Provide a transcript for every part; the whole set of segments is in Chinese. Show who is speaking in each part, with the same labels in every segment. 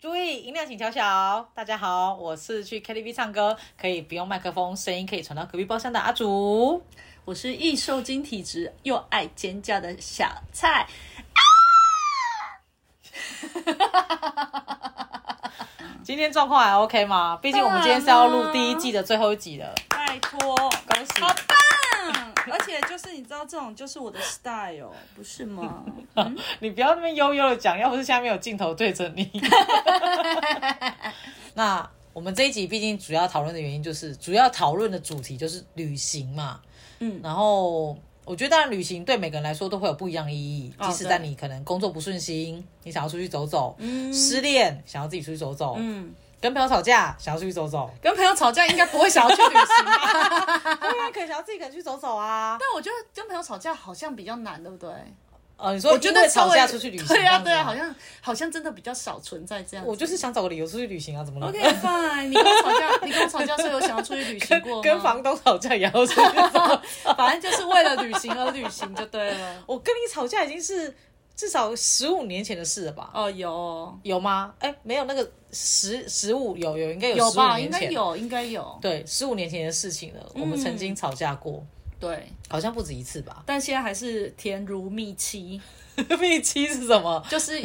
Speaker 1: K，音量请调小。哦大家好，我是去 KTV 唱歌可以不用麦克风，声音可以传到隔壁包厢的阿竹。
Speaker 2: 我是易受惊体质又爱尖叫的小菜。
Speaker 1: 今天状况还 OK 吗？毕竟我们今天是要录第一季的最后一集了，
Speaker 2: 拜托，
Speaker 1: 恭喜！
Speaker 2: 好棒！而且就是你知道，这种就是我的 style，不是 吗？
Speaker 1: 你不要那么悠悠的讲，要不是下面有镜头对着你。 那我们这一集毕竟主要讨论的原因就是，主要讨论的主题就是旅行嘛。
Speaker 2: 嗯
Speaker 1: 然后我觉得当然旅行对每个人来说都会有不一样的意义，
Speaker 2: 哦
Speaker 1: 即使
Speaker 2: 对
Speaker 1: 在你可能工作不顺心，你想要出去走走；
Speaker 2: 嗯
Speaker 1: 失恋想要自己出去走走；
Speaker 2: 嗯，
Speaker 1: 跟朋友吵架想要出去走 走，
Speaker 3: 跟朋友吵架应该不会想要去旅行 吧？
Speaker 1: 对啊，可以想要自己一个人去走走啊。
Speaker 3: 但我觉得跟朋友吵架好像比较难，对不对？
Speaker 1: 呃，你说
Speaker 3: 我
Speaker 1: 因
Speaker 3: 觉
Speaker 1: 为
Speaker 3: 得稍
Speaker 1: 吵
Speaker 3: 微
Speaker 1: 架出去旅行，
Speaker 3: 对啊
Speaker 1: 这样子
Speaker 3: 对啊，
Speaker 1: 吗
Speaker 3: 好像好像真的比较少存在这样子。
Speaker 1: 我就是想找个理由出去旅行啊，怎么了
Speaker 2: OK fine，
Speaker 3: 你跟我吵架， 你跟我吵架，所以我想要出去旅行过吗
Speaker 1: 跟房东吵架也要出去走。
Speaker 3: 反正就是为了旅行而旅行就对了。
Speaker 1: 我跟你吵架已经是至少十五年前的事了吧？
Speaker 3: 哦，有哦
Speaker 1: 有吗？哎、没有那个十十五有有应该有
Speaker 3: 有
Speaker 1: 十五
Speaker 3: 吧？应
Speaker 1: 年
Speaker 3: 该
Speaker 1: 前，
Speaker 3: 有，嗯应该有。
Speaker 1: 对，十五年前的事情了。我们曾经吵架过，
Speaker 3: 对，
Speaker 1: 好像不止一次 吧？
Speaker 3: 但现在还是甜如蜜妻，
Speaker 1: 蜜妻是什么？
Speaker 3: 就是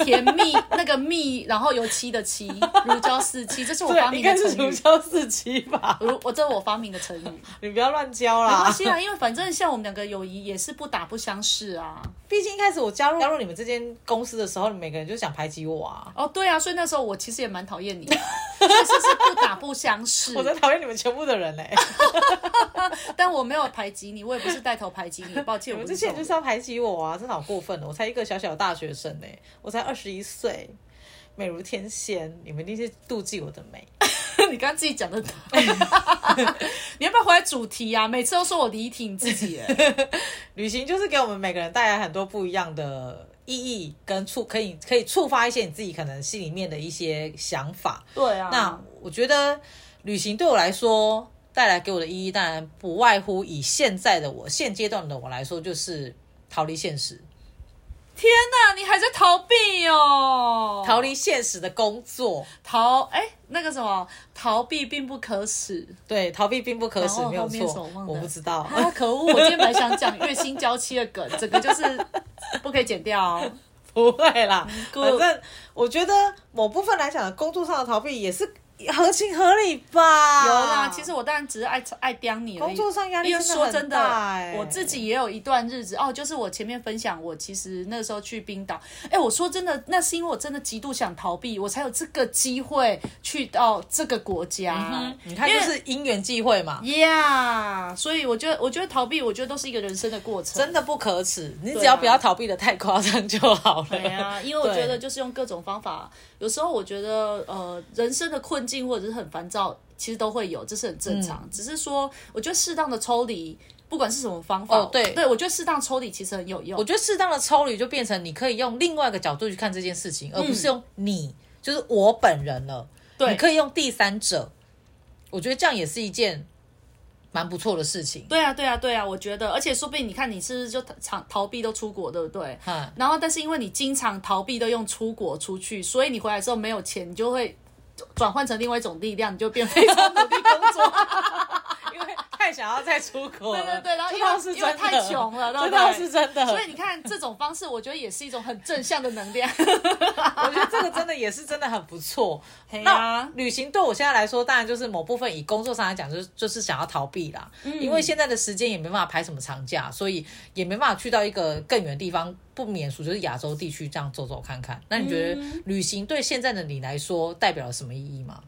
Speaker 3: 甜蜜那个蜜，然后有妻的妻，如胶似漆，这是我发
Speaker 1: 对，应
Speaker 3: 明
Speaker 1: 该
Speaker 3: 的
Speaker 1: 是
Speaker 3: 成
Speaker 1: 如
Speaker 3: 语。
Speaker 1: 胶似漆吧？
Speaker 3: 如我这是我发明的成语。
Speaker 1: 你不要乱教
Speaker 3: 没
Speaker 1: 啦
Speaker 3: 关！系啊，因为反正像我们两个友谊也是不打不相识啊。
Speaker 1: 毕竟一开始我加入加入你们这间公司的时候，你们每个人就想排挤我啊！
Speaker 3: 哦，对啊，所以那时候我其实也蛮 讨厌你的，所以是是不打不相识
Speaker 1: 我。在讨厌你们全部的人嘞、
Speaker 3: 但我没有排挤你，我也不是带头排挤你，抱歉，
Speaker 1: 你
Speaker 3: 我
Speaker 1: 们
Speaker 3: 不
Speaker 1: 这
Speaker 3: 是
Speaker 1: 些
Speaker 3: 这
Speaker 1: 人就
Speaker 3: 种人
Speaker 1: 是要排挤我啊！真的好过分哦！我才一个小小的大学生呢、我才二十一岁，美如天仙，你们一定是妒忌我的美。
Speaker 3: 你刚刚自己 讲的，你要不要回来主题啊？每次都说我离题，你自己 耶
Speaker 1: 旅行就是给我们每个人带来很多不一样的意义跟触，可以可以触发一些你自己可能心里面的一些想法。
Speaker 3: 对啊，
Speaker 1: 那我觉得旅行对我来说带来给我的意义，当然不外乎以现在的我、现阶段的我来说，就是逃离现实，
Speaker 3: 天哪，你还在逃避哦，
Speaker 1: 逃离现实的工作。
Speaker 3: 逃哎、那个什么，逃避并不可耻。
Speaker 1: 对，逃避并不可耻
Speaker 3: 然，后
Speaker 1: 没有
Speaker 3: 后面所
Speaker 1: 错
Speaker 3: 望。的
Speaker 1: 我不知 道，
Speaker 3: 啊，可恶！我今天本来想讲月薪娇妻的梗，整个就是 不可以剪掉哦、
Speaker 1: 不会啦。反
Speaker 3: good
Speaker 1: 正我觉得某部分来讲，工作上的逃避也是 合情合理吧。
Speaker 3: 有啦，其实我当然只是爱爱刁你而已。
Speaker 1: 啊工作上压力
Speaker 3: 因为
Speaker 1: 真的
Speaker 3: 说
Speaker 1: 很
Speaker 3: 真的
Speaker 1: 大欸，
Speaker 3: 我自己也有一段日子哦，就是我前面分享，我其实那时候去冰岛，哎，我说真的，那是因为我真的极度想逃避，我才有这个机会去到这个国家。
Speaker 1: 嗯啊你看，就是因缘际会嘛，
Speaker 3: Yeah，所以我觉得，我觉得逃避，我觉得都是一个人生的过程。
Speaker 1: 真的不可耻。你只
Speaker 3: 对
Speaker 1: 要
Speaker 3: 啊
Speaker 1: 不要逃避的太夸张就好了。
Speaker 3: 对啊，因为我觉
Speaker 1: 对
Speaker 3: 得就是用各种方法，有时候我觉得呃，人生的困境或者是很烦躁，其实都会有，这是很正
Speaker 1: 嗯
Speaker 3: 常。只是说，我觉得适当的抽离，不管是什么方法，
Speaker 1: 哦对
Speaker 3: 对我觉得适当抽离其实很有 用
Speaker 1: 我。觉得适当的抽离就变成你可以用另外一个角度去看这件事情，而不是用你，就是我本人了。
Speaker 3: 嗯对
Speaker 1: 你可以用第三者，我觉得这样也是一件蛮不错的事情。
Speaker 3: 对啊，对啊，对啊，我觉得，而且说不定你看你是不是就逃逃避都出国，对不对？
Speaker 1: 哈，
Speaker 3: 然后，但是因为你经常逃避都用出国出去，所以你回来之后没有钱，你就会转换成另外一种力量，你就变非常努力工作。
Speaker 1: 因为太想要再出国了，
Speaker 3: 对对对然后
Speaker 1: 这
Speaker 3: 因为
Speaker 1: 倒是真的，
Speaker 3: 因为太穷了对
Speaker 1: 这
Speaker 3: 不对
Speaker 1: 倒是真 的。
Speaker 3: 所以你看这种方式，我觉得也是一种很正向的 能量。
Speaker 1: 我觉得这个真的也是真的很不错。
Speaker 3: 嘿
Speaker 1: 那
Speaker 3: 啊
Speaker 1: 旅行对我现在来说，当然就是某部分以工作上来讲，就是就是想要逃避啦，
Speaker 3: 嗯
Speaker 1: 因为现在的时间也没办法排什么长假，所以也没办法去到一个更远的地方，不免俗就是亚洲地区这样走走看看。那你觉得
Speaker 3: 嗯
Speaker 1: 旅行对现在的你来说代表了什么意义吗？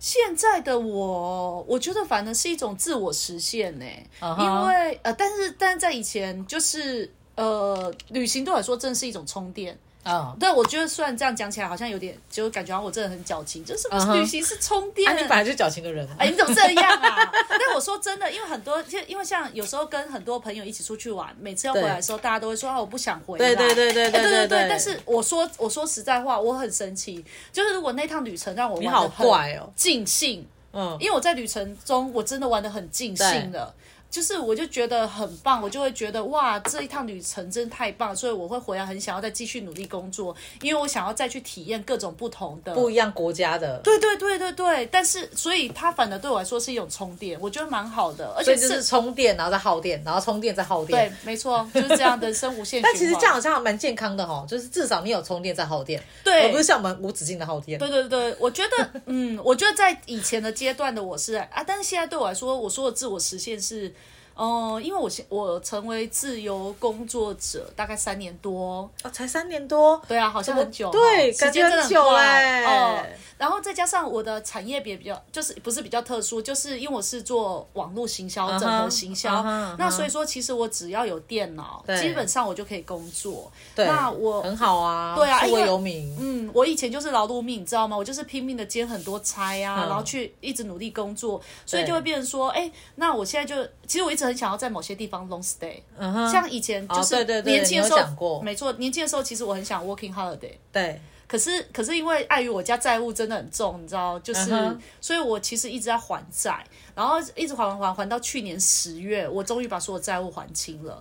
Speaker 3: 现在的我，我觉得反而是一种自我实现呢、
Speaker 1: 嗯哼
Speaker 3: 因为呃，但是但是在以前就是呃，旅行对我来说真的是一种充电。
Speaker 1: 嗯，
Speaker 3: 对，我觉得虽然这样讲起来好像有点，就感觉好像我真的很矫情，就是
Speaker 1: 嗯哼
Speaker 3: 旅行是充电。
Speaker 1: 啊，你本来就矫情的人，
Speaker 3: 哎，你怎么这样啊？ 但我说真的，因为很多，就因为像有时候跟很多朋友一起出去玩，每次要回来的时候，大家都会说啊，我不想回来。
Speaker 1: 对对对对对
Speaker 3: 哎对
Speaker 1: 对
Speaker 3: 对
Speaker 1: 对
Speaker 3: 但是我说我说实在话，我很神奇，就是如果那趟旅程让我
Speaker 1: 你
Speaker 3: 玩
Speaker 1: 好
Speaker 3: 的很
Speaker 1: 怪哦，
Speaker 3: 尽兴，
Speaker 1: 嗯，
Speaker 3: 因为我在旅程中我真的玩的很尽兴了。就是我就觉得很棒，我就会觉得哇，这一趟旅程真的太棒，所以我会回来很想要再继续努力工作，因为我想要再去体验各种不同的。
Speaker 1: 不一样国家的，
Speaker 3: 对对对对对，但是所以它反而对我来说是一种充电，我觉得蛮好的，而
Speaker 1: 所
Speaker 3: 且
Speaker 1: 以就是充电，然后再耗电，然后充电再耗电。
Speaker 3: 对，没错，就是这样的 生无限
Speaker 1: 但其
Speaker 3: 循
Speaker 1: 实
Speaker 3: 环
Speaker 1: 这样好像还蛮健康的哈，就是至少你有充电再耗电，
Speaker 3: 对
Speaker 1: 而不是像我们无止境的耗电。
Speaker 3: 对对对，我觉得， 嗯，我觉得在以前的阶段的我是啊，但是现在对我来说，我说的自我实现是，哦、因为我现我成为自由工作者大概三年多，
Speaker 1: 哦，才三年多，
Speaker 3: 对啊，好像很久哦，
Speaker 1: 对
Speaker 3: 时
Speaker 1: 感
Speaker 3: 间
Speaker 1: 觉
Speaker 3: 真的
Speaker 1: 很久
Speaker 3: 快
Speaker 1: 欸
Speaker 3: 哦。然后再加上我的产业别比较，就是不是比较特殊，就是因为我是做网络行销、
Speaker 1: 哼
Speaker 3: 整合行销
Speaker 1: 嗯哼嗯哼
Speaker 3: 那所以说其实我只要有电脑，
Speaker 1: 对
Speaker 3: 基本上我就可以工作。
Speaker 1: 对，
Speaker 3: 那我
Speaker 1: 很好啊，
Speaker 3: 对啊
Speaker 1: 素
Speaker 3: 因为
Speaker 1: 未游民，
Speaker 3: 嗯，我以前就是劳碌命，你知道吗？我就是拼命的兼很多差呀、
Speaker 1: 嗯
Speaker 3: 然后去一直努力工作，所以
Speaker 1: 对
Speaker 3: 就会变成说，哎、那我现在就，其实我一直很想要在某些地方 long stay，、
Speaker 1: 嗯哼，
Speaker 3: 像以前就
Speaker 1: 哦
Speaker 3: 是
Speaker 1: 对对对
Speaker 3: 年轻的时
Speaker 1: 你有讲
Speaker 3: 候，
Speaker 1: 过
Speaker 3: 没错，年轻的时候其实我很想 working holiday，
Speaker 1: 对，
Speaker 3: 可是可是因为碍于我家债务真的很重，你知道，就是、
Speaker 1: 嗯哼
Speaker 3: 所以我其实一直在还债，然后一直还还还还到去年十月，我终于把所有债务还清了。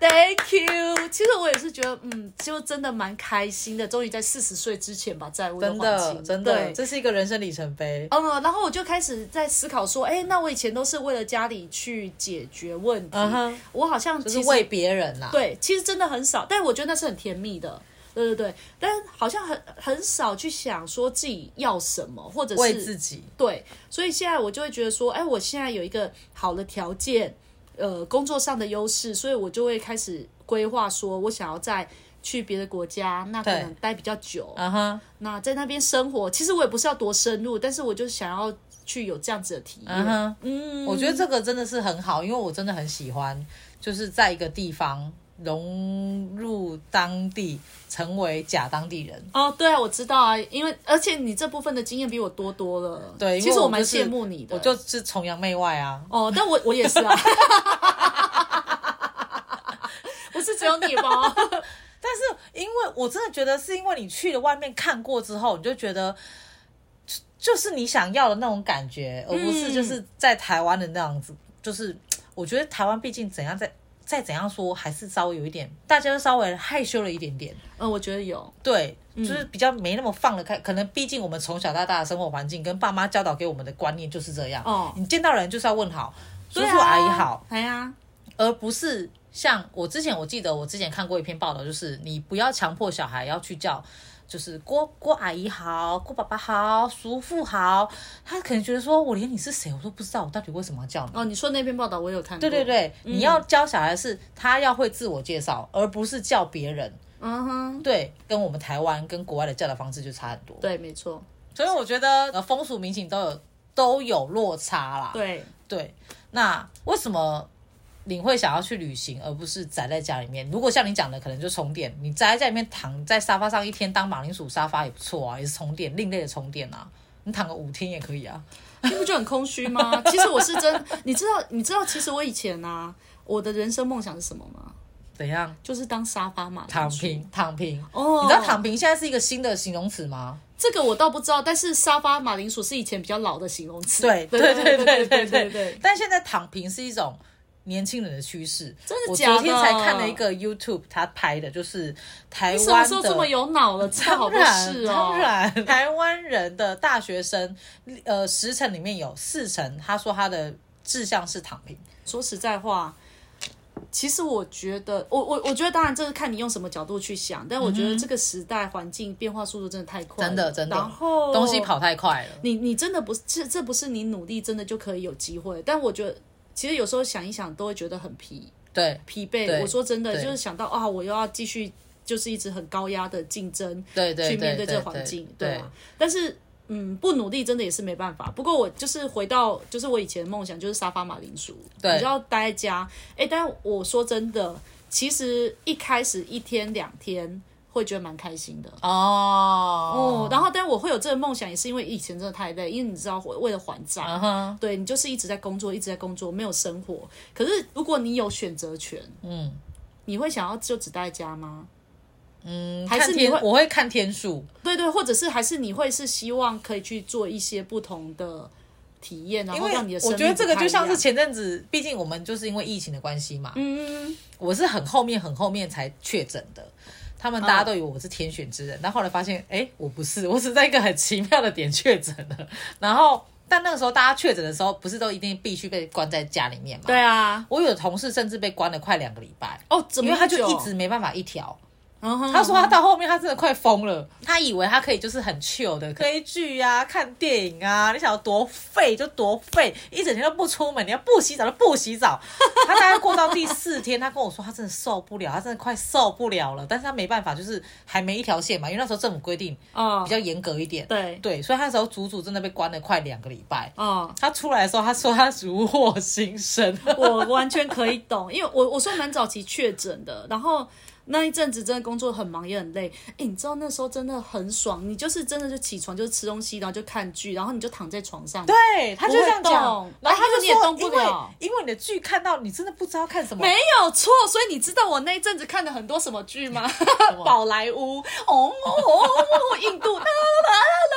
Speaker 3: Thank you。其实我也是觉得，嗯，就真的蛮开心的，终于在四十岁之前把债务都
Speaker 1: 真
Speaker 3: 还清
Speaker 1: 的
Speaker 3: 了。
Speaker 1: 真
Speaker 3: 对
Speaker 1: 的，这是一个人生里程碑。
Speaker 3: 嗯，然后我就开始在思考说，哎，那我以前都是为了家里去解决问题
Speaker 1: 嗯哼
Speaker 3: 我好像
Speaker 1: 就
Speaker 3: 哦其
Speaker 1: 是
Speaker 3: 实
Speaker 1: 为别人啊啦，
Speaker 3: 对，其实真的很少，但我觉得那是很甜蜜的。对对对，但好像很很少去想说自己要什么，或者是
Speaker 1: 为自己，
Speaker 3: 对，所以现在我就会觉得说，哎，我现在有一个好的条件，呃，工作上的优势，所以我就会开始规划，说我想要再去别的国家，那可
Speaker 1: 对
Speaker 3: 能待比较久，
Speaker 1: 嗯哼，
Speaker 3: 那在那边生活。其实我也不是要多深入，但是我就想要去有这样子的体验。
Speaker 1: 嗯哼，嗯，我觉得这个真的是很好，因为我真的很喜欢，就是在一个地方融入当地，成为假当地人。
Speaker 3: 哦，对啊，我知道啊，因为而且你这部分的经验比我多多了。
Speaker 1: 对，因
Speaker 3: 其
Speaker 1: 为
Speaker 3: 实
Speaker 1: 我
Speaker 3: 蛮
Speaker 1: 就是
Speaker 3: 羡慕你的。
Speaker 1: 我就是崇洋媚外啊。
Speaker 3: 哦，但我我也是啊， 不是只有你 吧？
Speaker 1: 但是因为我真的觉得，是因为你去了外面看过之后，你就觉得就就是你想要的那种感觉，而不是就是在台湾的那样子。就是我觉得台湾毕竟怎样再再怎样说，还是稍微有一点，大家都稍微害羞了一点点。
Speaker 3: 嗯，我觉得有。
Speaker 1: 对，
Speaker 3: 嗯
Speaker 1: 就是比较没那么放得开。可能毕竟我们从小到大的生活环境跟爸妈教导给我们的观念就是这样。
Speaker 3: 哦
Speaker 1: 你见到人就是要问好，叔
Speaker 3: 对啊
Speaker 1: 叔阿姨好，，
Speaker 3: 哎呀，
Speaker 1: 而不是像我之前我记得我之前看过一篇报道，就是你不要强迫小孩要去叫。就是郭郭阿姨好，郭爸爸好，叔父好，他可能觉得说，我连你是谁我都不知道，我到底为什么要叫你？
Speaker 3: 哦，你说那篇报道我有看过。
Speaker 1: 对对，对，你要教小孩是他要会自我介绍，而不是叫别人。
Speaker 3: 嗯哼，
Speaker 1: 对，跟我们台湾跟国外的教导方式就差很多。
Speaker 3: 对，没错，
Speaker 1: 所以我觉得呃风俗民情都有都有落差啦。
Speaker 3: 对，
Speaker 1: 对那为什么你会想要去旅行，而不是宅在家里面？如果像你讲的，可能就充电，你宅在家里面躺在沙发上一天当马铃薯沙发也不错啊，也是充电，另类的充电啊。你躺个五天也可以啊。
Speaker 3: 你不觉得很空虚吗？ 其实我是真，你知道，你知道，其实我以前啊，我的人生梦想是什么吗？
Speaker 1: 怎样？
Speaker 3: 就是当沙发马铃薯
Speaker 1: 躺。平，躺平。
Speaker 3: 哦，
Speaker 1: 你知道躺平现在是一个新的形容词吗？
Speaker 3: 这个我倒不知道，但是沙发马铃薯是以前比较老的形容词。
Speaker 1: 对对
Speaker 3: 对
Speaker 1: 对
Speaker 3: 对
Speaker 1: 对
Speaker 3: 对
Speaker 1: 对
Speaker 3: 对
Speaker 1: 对
Speaker 3: 对
Speaker 1: 对。。但现在躺平是一种年轻人的趋势。
Speaker 3: 真的
Speaker 1: 我
Speaker 3: 假的
Speaker 1: 昨天才看了一个 YouTube，他拍的就是台
Speaker 3: 你什么
Speaker 1: 湾
Speaker 3: 时候
Speaker 1: 的。
Speaker 3: 这么有脑了？知道好
Speaker 1: 当
Speaker 3: 多
Speaker 1: 然，
Speaker 3: 事哦。
Speaker 1: 当然，台湾人的大学生，呃，十成里面有四成，他说他的志向是躺平。
Speaker 3: 说实在话，其实我觉得，我我我觉得，当然这是看你用什么角度去想，但我觉得这个时代环境变化速度真的太快了，
Speaker 1: 嗯真的真的
Speaker 3: 然后
Speaker 1: 东西，跑太快了。
Speaker 3: 你你真的不是这这不是你努力真的就可以有机会，但我觉得其实有时候想一想都会觉得很疲
Speaker 1: 对
Speaker 3: 疲惫。
Speaker 1: 对
Speaker 3: 我说真的，
Speaker 1: 对
Speaker 3: 就是想到啊，我又要继续就是一直很高压的竞争，
Speaker 1: 对对
Speaker 3: 去面
Speaker 1: 对对
Speaker 3: 对这个环境，对
Speaker 1: 对
Speaker 3: 啊。但是，嗯，不努力真的也是没办法。不过我就是回到，就是我以前的梦想就是沙发马铃薯，
Speaker 1: 对
Speaker 3: 你就要待在家。哎，但我说真的，其实一开始一天两天会觉得蛮开心的。哦
Speaker 1: 哦，
Speaker 3: 然后，但我会有这个梦想，也是因为以前真的太累，因为你知道，为了还债，
Speaker 1: 嗯哼，
Speaker 3: 对你就是一直在工作，一直在工作，没有生活。可是，如果你有选择权，
Speaker 1: 嗯
Speaker 3: 你会想要就只待在家吗？
Speaker 1: 嗯，
Speaker 3: 还
Speaker 1: 看
Speaker 3: 是你
Speaker 1: 天
Speaker 3: 会
Speaker 1: 我会看天数，
Speaker 3: 对对，或者是还是你会是希望可以去做一些不同的体验，然
Speaker 1: 因
Speaker 3: 后
Speaker 1: 为
Speaker 3: 让你的生
Speaker 1: 我
Speaker 3: 命
Speaker 1: 觉得这个
Speaker 3: 不太
Speaker 1: 就像
Speaker 3: 一
Speaker 1: 是
Speaker 3: 样
Speaker 1: 前阵子，毕竟我们就是因为疫情的关系嘛，
Speaker 3: 嗯嗯
Speaker 1: 我是很后面很后面才确诊的。他们大
Speaker 3: 嗯
Speaker 1: 家都以为我是天选之人，但后来发现，哎，我不是，我只是在一个很奇妙的点确诊了。然后，但那个时候大家确诊的时候，不是都一定必须被关在家里面嘛？
Speaker 3: 对。啊，
Speaker 1: 我有的同事甚至被关了快两个礼拜，
Speaker 3: 哦，怎么
Speaker 1: 因为他就
Speaker 3: 那么
Speaker 1: 一
Speaker 3: 久嗯
Speaker 1: 直，没办法一条。他
Speaker 3: 他
Speaker 1: 说他到后面他真的快疯了，他以为他可以就是很 chill 的追剧啊、看电影啊，你想要多废就多废，一整天都不出门，你要不洗澡就不洗澡。 他大概过到第四天，他跟我说他真的受不了，他真的快受不了了，但是他没办法，就是还没一条线嘛，因为那时候政府规定
Speaker 3: 啊
Speaker 1: 比较严格一点，
Speaker 3: 对
Speaker 1: 对，所以他那时候足足真的被关了快两个礼拜。
Speaker 3: 啊。
Speaker 1: 他出来的时候，他说他如获新生，
Speaker 3: 我完全可以懂，因为我我算蛮早期确诊的，然后那一阵子真的工作很忙也很累。哎、你知道那时候真的很爽，你就是真的就起床就是吃东西，然后就看剧，然后你就躺在床上。
Speaker 1: 对，他就这样讲
Speaker 3: 不会动，
Speaker 1: 然后他就
Speaker 3: 哎因为你也
Speaker 1: 说，
Speaker 3: 动不
Speaker 1: 因为
Speaker 3: 了
Speaker 1: 因为你的剧看到你真的不知道看什么，
Speaker 3: 没有错，所以你知道我那一阵子看了很多什么剧吗？宝莱坞，哦哦哦，印度，啦啦啦啦。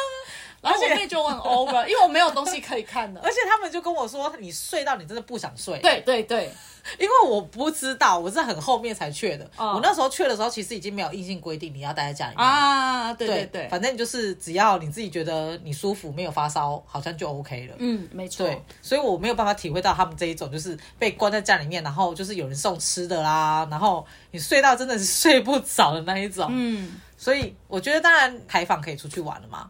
Speaker 3: 然后我妹就问 over，因为我没有东西可以看的。
Speaker 1: 而且他们就跟我说，你睡到你真的不想睡。，
Speaker 3: 对对对，
Speaker 1: 因为我不知道，我是很后面才确的。
Speaker 3: 哦
Speaker 1: 我那时候确的时候，其实已经没有硬性规定你要待在家里面。
Speaker 3: 啊，对对对，
Speaker 1: 反正就是只要你自己觉得你舒服，没有发烧，好像就 OK 了。
Speaker 3: 嗯，没错，
Speaker 1: 对，所以我没有办法体会到他们这一种，就是被关在家里面，然后就是有人送吃的啦，然后你睡到真的是睡不着的那一种。
Speaker 3: 嗯，
Speaker 1: 所以我觉得，当然开放可以出去玩了嘛。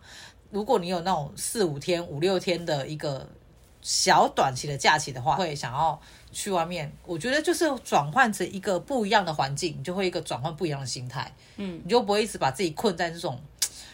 Speaker 1: 如果你有那种四五天、五六天的一个小短期的假期的话，会想要去外面。我觉得就是转换成一个不一样的环境，你就会一个转换不一样的心态。
Speaker 3: 嗯，
Speaker 1: 你就不会一直把自己困在这种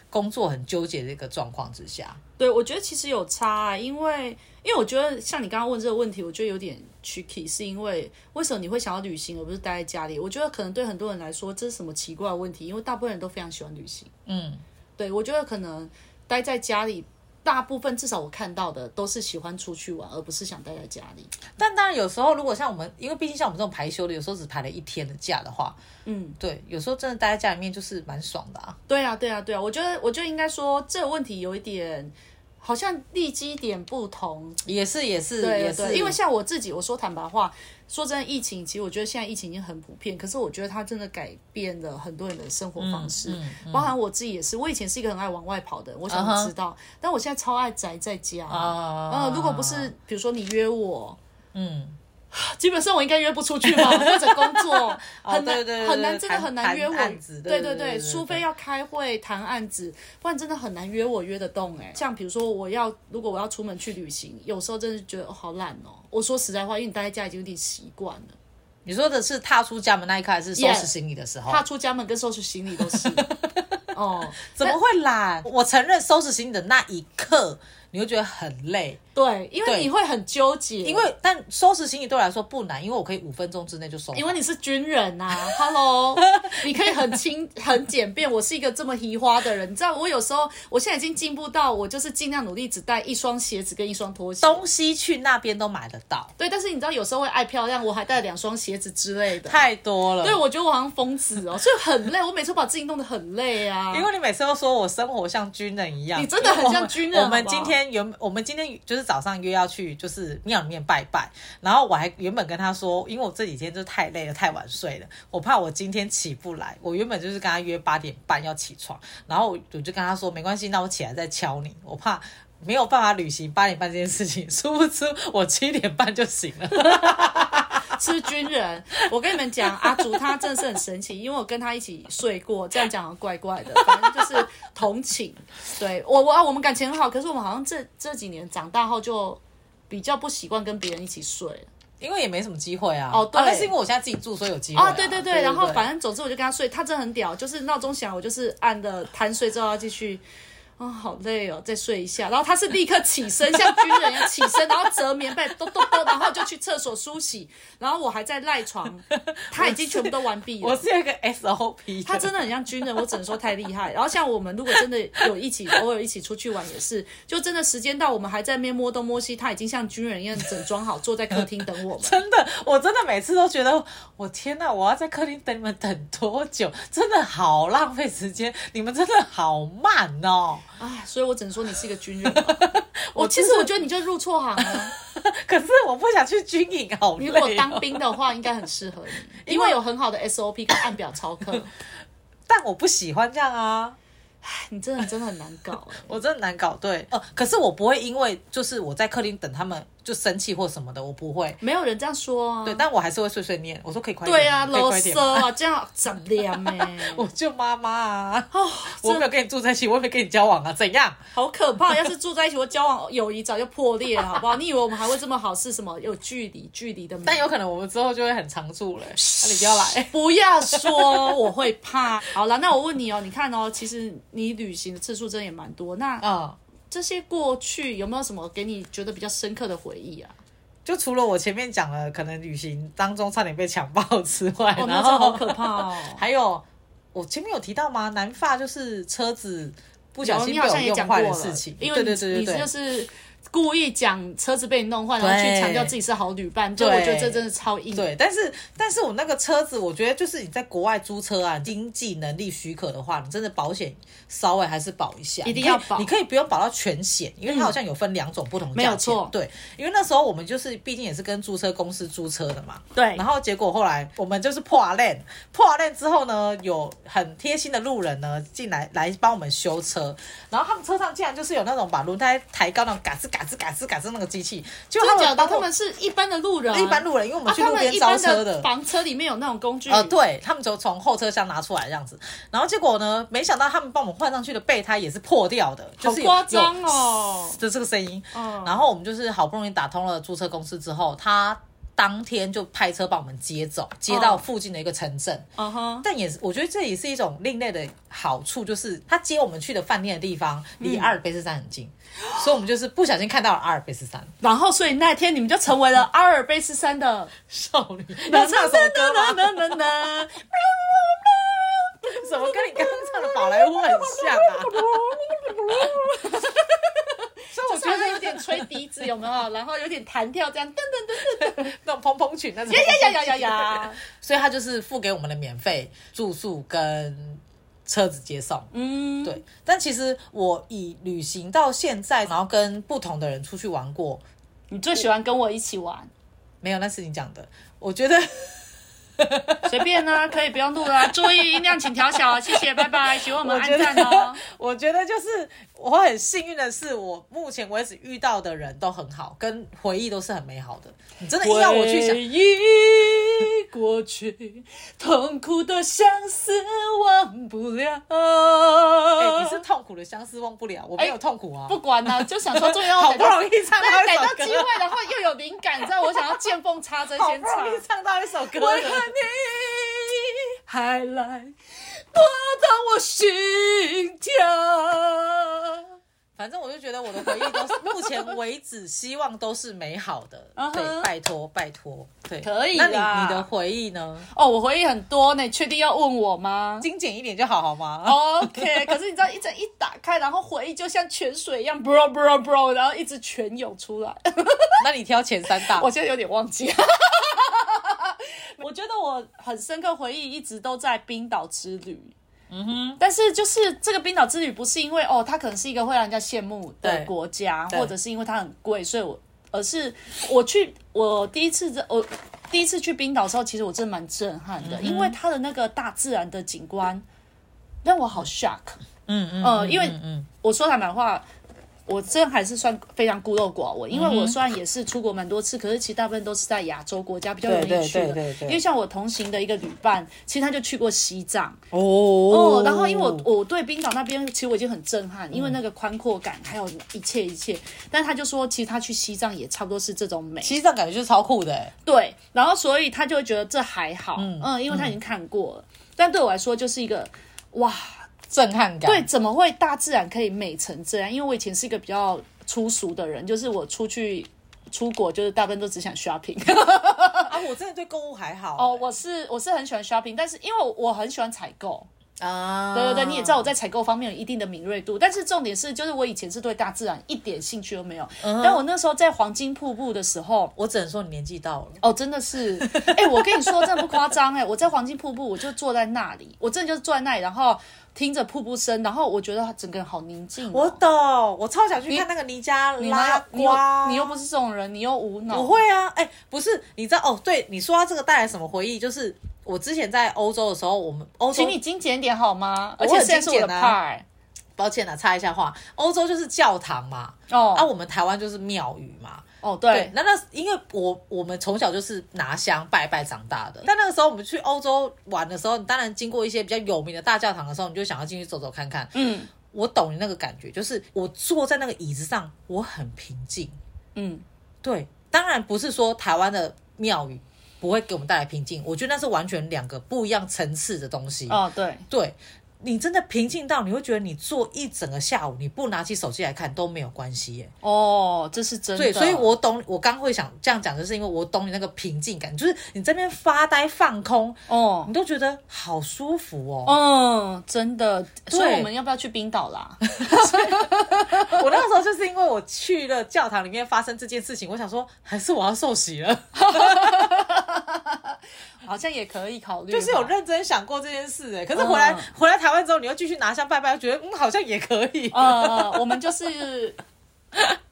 Speaker 1: 工作很纠结的一个状况之下。
Speaker 3: 对，我觉得其实有差、啊，因为因为我觉得像你刚刚问这个问题，我觉得有点 tricky，是因为为什么你会想要旅行而不是待在家里？我觉得可能对很多人来说，这是什么奇怪的问题，因为大部分人都非常喜欢旅行。
Speaker 1: 嗯，
Speaker 3: 对，我觉得可能待在家里，大部分至少我看到的都是喜欢出去玩，而不是想待在家里。
Speaker 1: 但当然有时候如果像我们，因为毕竟像我们这种排休的，有时候只排了一天的假的话，
Speaker 3: 嗯，
Speaker 1: 对，有时候真的待在家里面就是蛮爽的啊。
Speaker 3: 对啊，对啊，对啊，我觉得，我觉得应该说这个问题有一点，好像立基点不同。
Speaker 1: 也是也是
Speaker 3: 对
Speaker 1: 也
Speaker 3: 对
Speaker 1: 是，
Speaker 3: 对，因为像我自己，我说坦白话，说真的，疫情其实我觉得现在疫情已经很普遍，可是我觉得它真的改变了很多人的生活方式，
Speaker 1: 嗯
Speaker 3: 包含我自己也是。我以前是一个很爱往外跑的人，我想
Speaker 1: 嗯哼
Speaker 3: 你知道但我现在超爱宅在家。
Speaker 1: 啊
Speaker 3: 呃，如果不是比如说你约我，
Speaker 1: 哦嗯。
Speaker 3: 基本上我应该约不 出去吧，或者工作很
Speaker 1: 哦
Speaker 3: 难
Speaker 1: 对对对
Speaker 3: 很难，
Speaker 1: 对
Speaker 3: 真的很难
Speaker 1: 谈
Speaker 3: 约我。
Speaker 1: 谈案子
Speaker 3: 对
Speaker 1: 对对对对对
Speaker 3: 除非要开会谈案子，不然真的很难约我约得动哎、像比如说我要如果我要出门去旅行，有时候真的觉得、哦、好懒哦。我说实在话，因为你待在家已经有点习惯了，
Speaker 1: 你说的是踏出家门那一刻，还是收拾行李的时候
Speaker 3: 踏出家门跟收拾行李 都是。哦，
Speaker 1: 怎么会懒？我承认收拾行李的那一刻，你会觉得很累，
Speaker 3: 对，因为
Speaker 1: 对
Speaker 3: 你会很纠结，
Speaker 1: 因为但收拾行李对我来说不难，因为我可以五分钟之内就收好。
Speaker 3: 因为你是军人呐、啊、，Hello，你可以很轻很简便。我是一个这么移花的人，你知道，我有时候我现在已经进步到我就是尽量努力只带一双鞋子跟一双拖鞋。
Speaker 1: 东西去那边都买得到，
Speaker 3: 对，但是你知道有时候会爱漂亮，我还带两双鞋子之类的。
Speaker 1: 太多了。
Speaker 3: 对，我觉得我好像疯子哦，所以很累。我每次把自己弄得很累啊。
Speaker 1: 因为你每次都说我生活像军人一样，
Speaker 3: 你真的很像军人
Speaker 1: 我们我们
Speaker 3: 好不好
Speaker 1: 今天原我们今天就是早上约要去就是庙里面拜拜，然后我还原本跟他说，因为我这几天就太累了，太晚睡了，我怕我今天起不来。我原本就是跟他约八点半要起床，然后我就跟他说没关系，那我起来再敲你，我怕。没有办法履行八点半这件事情， 殊不知我七点半就醒了。
Speaker 3: 吃军人，我跟你们讲，阿竹他真的是很神奇，因为我跟他一起睡过，这样讲好像怪怪的，反正就是同情。对我我啊，我们感情很好，可是我们好像这这几年长大后就比较不习惯跟别人一起睡了
Speaker 1: 因为也没什么机会啊。
Speaker 3: 哦对
Speaker 1: 啊那是因为我现在自己住，所以有机会
Speaker 3: 啊，
Speaker 1: 啊。
Speaker 3: 对对对，然后反正总之我就跟他睡，他真的很屌，就是闹钟响了，我就是按的贪睡之后要继续。啊、好累哦，再睡一下。然后他是立刻起身，像军人一样起身，然后折棉被，咚咚咚，然后就去厕所梳洗。然后我还在赖床，他已经全部都完毕了。
Speaker 1: 我是有一个 SOP，的
Speaker 3: 他真的很像军人，我只能说太厉害。然后像我们如果真的有一起偶尔一起出去玩也是，就真的时间到，我们还在那边摸东摸西，他已经像军人一样整装好，坐在客厅等我们。
Speaker 1: 真的，我真的每次都觉得，我天哪，我要在客厅等你们等多久？真的好浪费时间，你们真的好慢哦。
Speaker 3: 哎，所以我只能说你是一个军人吧。我其实我觉得你就入错行了。
Speaker 1: 可是我不想去军营，好累、
Speaker 3: 你
Speaker 1: 哦。
Speaker 3: 如果当兵的话，应该很适合你，因为有很好的 SOP 跟按表操课。
Speaker 1: 但我不喜欢这样啊，
Speaker 3: 你真的真的很难搞哎、
Speaker 1: 我真的难搞。对，呃，可是我不会因为就是我在客厅等他们就生气或什么的，我不会。
Speaker 3: 没有人这样说啊。
Speaker 1: 对，但我还是会碎碎念，我说可以快点吗，
Speaker 3: 对啊，
Speaker 1: 可以
Speaker 3: 啰
Speaker 1: 快点
Speaker 3: 嗦
Speaker 1: 吗。
Speaker 3: 啊，这样怎样哎？
Speaker 1: 我就妈妈啊，
Speaker 3: 哦，
Speaker 1: 我没有跟你住在一起，我也没跟你交往啊，怎样？
Speaker 3: 好可怕！要是住在一起，我交往友谊早就破裂了，好不好？你以为我们还会这么好？是什么？有距离，距离的美。
Speaker 1: 但有可能我们之后就会很常住了、那、你不要 来。
Speaker 3: 不要说，我会怕。好了，那我问你哦，你看哦，其实你旅行的次数真的也蛮多。那
Speaker 1: 嗯，
Speaker 3: 这些过去有没有什么给你觉得比较深刻的回 忆啊？
Speaker 1: 就除了我前面讲了，可能旅行当中差点被强暴之外，
Speaker 3: 哦，那
Speaker 1: 然
Speaker 3: 真的好
Speaker 1: 后
Speaker 3: 可怕哦。
Speaker 1: 还有我前面有提到吗？南发就是车子不小
Speaker 3: 有
Speaker 1: 心
Speaker 3: 你
Speaker 1: 被
Speaker 3: 好
Speaker 1: 我
Speaker 3: 像也
Speaker 1: 用
Speaker 3: 讲过
Speaker 1: 坏的
Speaker 3: 了
Speaker 1: 事情，
Speaker 3: 因为
Speaker 1: 对
Speaker 3: 你
Speaker 1: 对对对
Speaker 3: 你
Speaker 1: 对
Speaker 3: 就。是故意讲车子被你弄坏，然后去
Speaker 1: 对
Speaker 3: 强调自己是好旅伴，就我
Speaker 1: 对
Speaker 3: 觉得这真的超硬。
Speaker 1: 对，但是但是我那个车子，我觉得就是你在国外租车啊，经济能力许可的话，你真的保险稍微还是保一下，
Speaker 3: 一定
Speaker 1: 你可以
Speaker 3: 要保嗯
Speaker 1: 你可以不用保到全险，因为它好像有分两种不同的价钱。
Speaker 3: 没有错
Speaker 1: 对，因为那时候我们就是毕竟也是跟租车公司租车的嘛，
Speaker 3: 对
Speaker 1: 然后结果后来我们就是破烂，破烂之后呢，有很贴心的路人呢进来来帮我们修车，然后他们车上竟然就是有那种把轮胎抬高那种嘎吱嘎吱嘎吱嘎吱那个机器，就
Speaker 3: 真
Speaker 1: 他
Speaker 3: 的
Speaker 1: 们
Speaker 3: 假的？
Speaker 1: 帮
Speaker 3: 他
Speaker 1: 我呃
Speaker 3: 们是一般的路人，
Speaker 1: 一般路人，因为我们
Speaker 3: 啊，
Speaker 1: 去
Speaker 3: 他
Speaker 1: 路
Speaker 3: 们
Speaker 1: 边
Speaker 3: 一
Speaker 1: 招
Speaker 3: 般
Speaker 1: 车
Speaker 3: 的哦房车里面有那种工具，
Speaker 1: 呃，对他们就从后车厢拿出来这样子，然后结果呢，没想到他们帮我们换上去的备胎也是破掉的，就
Speaker 3: 好
Speaker 1: 是有
Speaker 3: 夸张哦。
Speaker 1: 有的这个声音。
Speaker 3: 嗯，
Speaker 1: 然后我们就是好不容易打通了租车公司之后，他当天就派车把我们接走，接到附近的一个城镇。
Speaker 3: 嗯哼，
Speaker 1: 但也是，我觉得这也是一种另类的好处，就是他接我们去的饭店的地方离阿尔卑斯山很近，所以我们就是不小心看到了阿尔卑斯山
Speaker 3: 然后所以那天你们就成为了阿尔卑斯山的
Speaker 1: 少 女。要唱什么歌吗？
Speaker 3: 呢呢 呢，
Speaker 1: 怎么跟你刚刚唱的宝莱坞很像啊？ 所以我
Speaker 3: 我
Speaker 1: 觉
Speaker 3: 觉得有
Speaker 1: 得
Speaker 3: 点吹笛子有没 有？然后有点弹跳这样，噔噔噔噔，
Speaker 1: 那种蓬蓬裙那种，
Speaker 3: 呀呀呀呀呀，
Speaker 1: 所以他就是付给我们的免费住宿跟车子接送。
Speaker 3: 嗯，
Speaker 1: 对，但其实我以旅行到现在，然后跟不同的人出去玩过，
Speaker 3: 你最喜欢跟我一起玩，
Speaker 1: 没有，那是你讲的。我觉得
Speaker 3: 随便呢、可以不用录啦、 注意音量请调小，谢谢，拜拜，请我 们
Speaker 1: 我觉
Speaker 3: 按
Speaker 1: 得
Speaker 3: 赞哦。
Speaker 1: 我觉得就是我很幸运的是，我目前为止遇到的人都很好，跟回忆都是很美好的。你真的硬要我去想
Speaker 3: 回，忆过去，痛苦的相思忘不了。
Speaker 1: 哎、你是痛苦的相思忘不了，我没有痛苦啊，
Speaker 3: 不管了、就想说终于 要
Speaker 1: 好
Speaker 3: 给
Speaker 1: 不
Speaker 3: 他
Speaker 1: 容易唱到
Speaker 3: 对，
Speaker 1: 一
Speaker 3: 给
Speaker 1: 首
Speaker 3: 到
Speaker 1: 歌，
Speaker 3: 机会，然后又有灵感，你知道我想要见缝插针
Speaker 1: 好
Speaker 3: 先
Speaker 1: 不
Speaker 3: 唱。
Speaker 1: 容易唱到一首歌
Speaker 3: 为何
Speaker 1: 了，
Speaker 3: 你还来拨动我心跳？
Speaker 1: 反正我就觉得我的回忆都是目前为止，希望都是美好 的。
Speaker 3: 嗯哼
Speaker 1: 对，拜托拜托，对，
Speaker 3: 可以
Speaker 1: 那
Speaker 3: 啦
Speaker 1: 你你的回忆呢？
Speaker 3: 哦，我回忆很多呢，你确定要问我吗？
Speaker 1: 精简一点就好，好吗？
Speaker 3: OK，可是你知道，一整一打开，然后回忆就像泉水一样，bro bro bro，然后一直泉涌出来。
Speaker 1: 那你挑前三大
Speaker 3: 我。现在有点忘记。我觉得我很深刻回忆一直都在冰岛之旅。嗯哼，但是就是这个冰岛之旅，不是因为哦，它可能是一个会让人家羡慕的
Speaker 1: 对
Speaker 3: 国家，
Speaker 1: 对
Speaker 3: 或者是因为它很贵，所以我而是我去我第一次在我第一次去冰岛的时候，其实我真的蛮震撼的，因为它的那个大自然的景观让我好 shock。
Speaker 1: 嗯嗯
Speaker 3: 呃因为
Speaker 1: 嗯嗯
Speaker 3: 我说坦白话，我这还是算非常孤陋寡闻，因为我虽
Speaker 1: 嗯
Speaker 3: 然也是出国蛮多次，可是其实大部分都是在亚洲国家比较容易去
Speaker 1: 对对对
Speaker 3: 的。
Speaker 1: 对对
Speaker 3: 因为像我同行的一个旅伴，其实他就去过西藏
Speaker 1: 哦
Speaker 3: 哦，然后因为我我对冰岛那边其实我已经很震撼，因为那个宽阔感还有一切一切，但他就说其实他去西藏也差不多是这种美，
Speaker 1: 西藏感觉就是超酷的、欸，
Speaker 3: 对，然后所以他就会觉得这还好，嗯因为他已经看过了，但对我来说就是一个哇，
Speaker 1: 震撼感。
Speaker 3: 对，，怎么会大自然可以美成这样？因为我以前是一个比较粗俗的人，就是我出去出国，就是大部分都只想 shopping。
Speaker 1: 啊，我真的对购物还好、
Speaker 3: 哦哦，我是我是很喜欢 shopping，但是因为我很喜欢采购，
Speaker 1: 啊，
Speaker 3: 对对对，你也知道我在采购方面有一定的敏锐度，但是重点是，就是我以前是对大自然一点兴趣都没有。但我那时候在黄金瀑布的时候，
Speaker 1: 我只能说你年纪到了，
Speaker 3: 哦，真的 是，哎、我跟你说，真的不夸张，哎，我在黄金瀑布，我就坐在那里，我真的就是坐在那里，然后听着瀑布声，然后我觉得整个人好宁静哦、
Speaker 1: 我懂，我超想去看那个尼加
Speaker 3: 你
Speaker 1: 拉
Speaker 3: 呢你又
Speaker 1: 瓜，
Speaker 3: 你又不是这种人，你又无脑，
Speaker 1: 不会啊，哎、不是，你知道哦？对，你说到这个带来什么回忆？就是我之前在欧洲的时候，我们欧洲
Speaker 3: 请你精简一点好吗？
Speaker 1: 我
Speaker 3: 而
Speaker 1: 很
Speaker 3: 且现在是我的
Speaker 1: 精简啊
Speaker 3: part，、
Speaker 1: 抱歉啦，插一下话，欧洲就是教堂嘛，
Speaker 3: 哦、
Speaker 1: 啊，我们台湾就是庙宇嘛。
Speaker 3: 哦，对，
Speaker 1: 那那因为我我们从小就是拿香拜拜长大的，但那个时候我们去欧洲玩的时候，你当然经过一些比较有名的大教堂的时候，你就想要进去走走看看。
Speaker 3: 嗯
Speaker 1: 我懂你那个感觉，就是我坐在那个椅子上，我很平静。
Speaker 3: 嗯，
Speaker 1: 对，当然不是说台湾的庙宇不会给我们带来平静，我觉得那是完全两个不一样层次的东西。
Speaker 3: 哦，对，
Speaker 1: 对，你真的平静到你会觉得你坐一整个下午，你不拿起手机来看都没有关系耶。
Speaker 3: 哦，这是真的，
Speaker 1: 对，所以我懂，我刚会想这样讲，就是因为我懂你那个平静感，就是你这边发呆放空，
Speaker 3: 哦
Speaker 1: 你。都觉得好舒服哦。
Speaker 3: 嗯，真的，所以
Speaker 1: 对
Speaker 3: 我们要不要去冰岛啦？
Speaker 1: 我那个时候就是因为我去了教堂里面发生这件事情，我想说还 是啊我要受洗了，
Speaker 3: 好像也可以考虑吧，
Speaker 1: 就是有认真想过这件事哎。可是回来、
Speaker 3: 嗯
Speaker 1: 回来台湾之后，你又继续拿香拜拜，我觉得嗯好像也可以。
Speaker 3: 呃，我们就是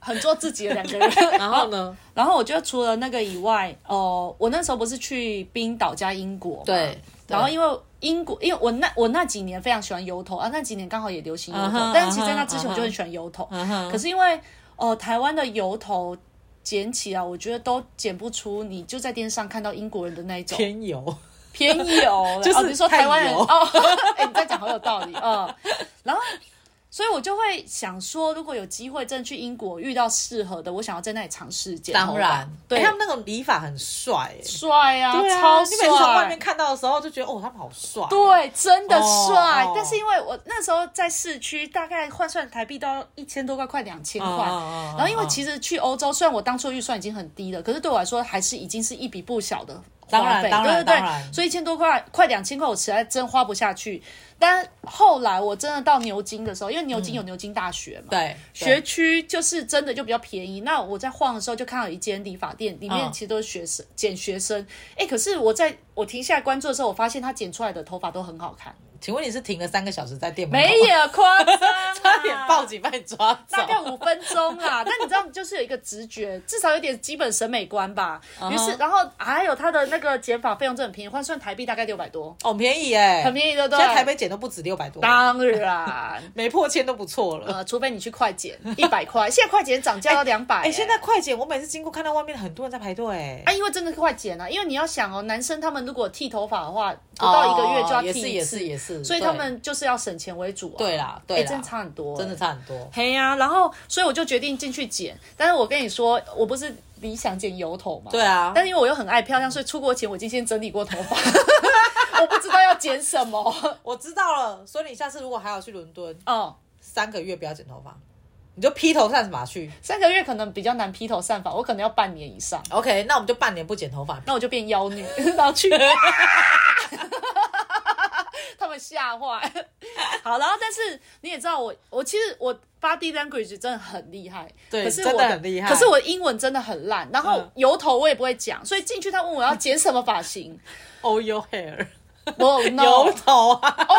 Speaker 3: 很做自己的两个人。
Speaker 1: 然后呢？
Speaker 3: 然后我觉得除了那个以外，哦，我那时候不是去冰岛加英国嘛，
Speaker 1: 对对
Speaker 3: 然后因为英国，因为我那我那几年非常喜欢油头啊，那几年刚好也流行油头
Speaker 1: 嗯哼
Speaker 3: 但是其实在
Speaker 1: 嗯哼
Speaker 3: 那之前我就
Speaker 1: 嗯
Speaker 3: 很
Speaker 1: 哼
Speaker 3: 喜欢油头
Speaker 1: 哼
Speaker 3: 可是因为哦、呃台湾的油头剪起来，我觉得都剪不出你就在电视上看到英国人的那一种
Speaker 1: 偏油，
Speaker 3: 偏油，
Speaker 1: 就是
Speaker 3: 哦、你说
Speaker 1: 太
Speaker 3: 台湾人
Speaker 1: 油
Speaker 3: 哦， 哎、你这样讲好有道理嗯。然后，所以我就会想说，如果有机会真的去英国遇到适合的，我想要在那里尝试剪头发。
Speaker 1: 当然，
Speaker 3: 对，
Speaker 1: 哎他们那种理发很帅哎。
Speaker 3: 帅啊，
Speaker 1: 对啊，
Speaker 3: 超
Speaker 1: 你每次从外
Speaker 3: 帅
Speaker 1: 面。看到的时候就觉得哦，他们好帅。，
Speaker 3: 对，真的
Speaker 1: 哦
Speaker 3: 帅。
Speaker 1: 哦
Speaker 3: 但是因为我那时候在市区，大概换算台币都要一千多块，快两千块。
Speaker 1: 哦哦哦
Speaker 3: 然后因为其实去欧洲，虽然我当初预算已经很低了，可是对我来说还是已经是一笔不小的
Speaker 1: 当然
Speaker 3: 花费，
Speaker 1: 当然
Speaker 3: 对对
Speaker 1: 当然
Speaker 3: 对。所以一千多块，快两千块，我实在真花不下去。但后来我真的到牛津的时候，因为牛津有牛津大学嘛，
Speaker 1: 对，
Speaker 3: 学区就是真的就比较便宜。那我在晃的时候就看到有一间理发店，里面
Speaker 1: 嗯
Speaker 3: 其实都是学生剪学生。哎，可是我在我停下来关注的时候，我发现他剪出来的头发都很好 看，
Speaker 1: 请问你是停了三个小时在店门口，
Speaker 3: 没有夸张啊
Speaker 1: 差点报警被抓走
Speaker 3: 大。概五分钟啦。但你知道，就是有一个直觉，至少有点基本审美观吧。
Speaker 1: 嗯
Speaker 3: 于是，然后还有他的那个剪发费用真的很便宜，换算台币大概六百多，
Speaker 1: 哦，很便宜哎，
Speaker 3: 很便宜的，对
Speaker 1: 现
Speaker 3: 不
Speaker 1: 在
Speaker 3: 对
Speaker 1: 台北剪都不止六百多，
Speaker 3: 当然。
Speaker 1: 没破千都不错了。
Speaker 3: 呃，除非你去快剪一百块，现在快剪涨价到两百、
Speaker 1: 哎、现在快剪，我每次经过看到外面很多人在排队、
Speaker 3: 啊，因为真的快剪了、因为你要想哦，男生他们如果剃头发的话，不
Speaker 1: 哦
Speaker 3: 到一个月就要剃
Speaker 1: 也
Speaker 3: 一
Speaker 1: 是
Speaker 3: 次，
Speaker 1: 也是也是
Speaker 3: 所以
Speaker 1: 对
Speaker 3: 他们就是要省钱为主啊。
Speaker 1: 对啦
Speaker 3: 哎
Speaker 1: 对啦
Speaker 3: 真的差很多、哎
Speaker 1: 真的。差很多。
Speaker 3: 嘿呀、然后所以我就决定进去剪，但是我跟你说，我不是理想剪油头嘛，
Speaker 1: 对啊
Speaker 3: 但是因为我又很爱漂亮，所以出国前我已经先整理 过头发，我不知道要剪什么。
Speaker 1: 我知道了，所以你下次如果还要去伦敦，
Speaker 3: 哦，
Speaker 1: 三个月不要剪头发，你就披头散发去。
Speaker 3: 三个月可能比较难披头散发，我可能要半年以上，
Speaker 1: OK，那我们就半年不剪头发。
Speaker 3: 那我就变妖女，然后去。 他们吓坏。好，然后但是你也知道我，我其实我 body language 真的很厉害，
Speaker 1: 对
Speaker 3: 可是
Speaker 1: 真
Speaker 3: 我
Speaker 1: 的很厉害
Speaker 3: 可是我英文真的很烂，然后
Speaker 1: 嗯
Speaker 3: 油头我也不会讲，所以进去他问我要剪什么发型，
Speaker 1: Oh your hair，
Speaker 3: 我 no，
Speaker 1: 油头啊，
Speaker 3: 哦，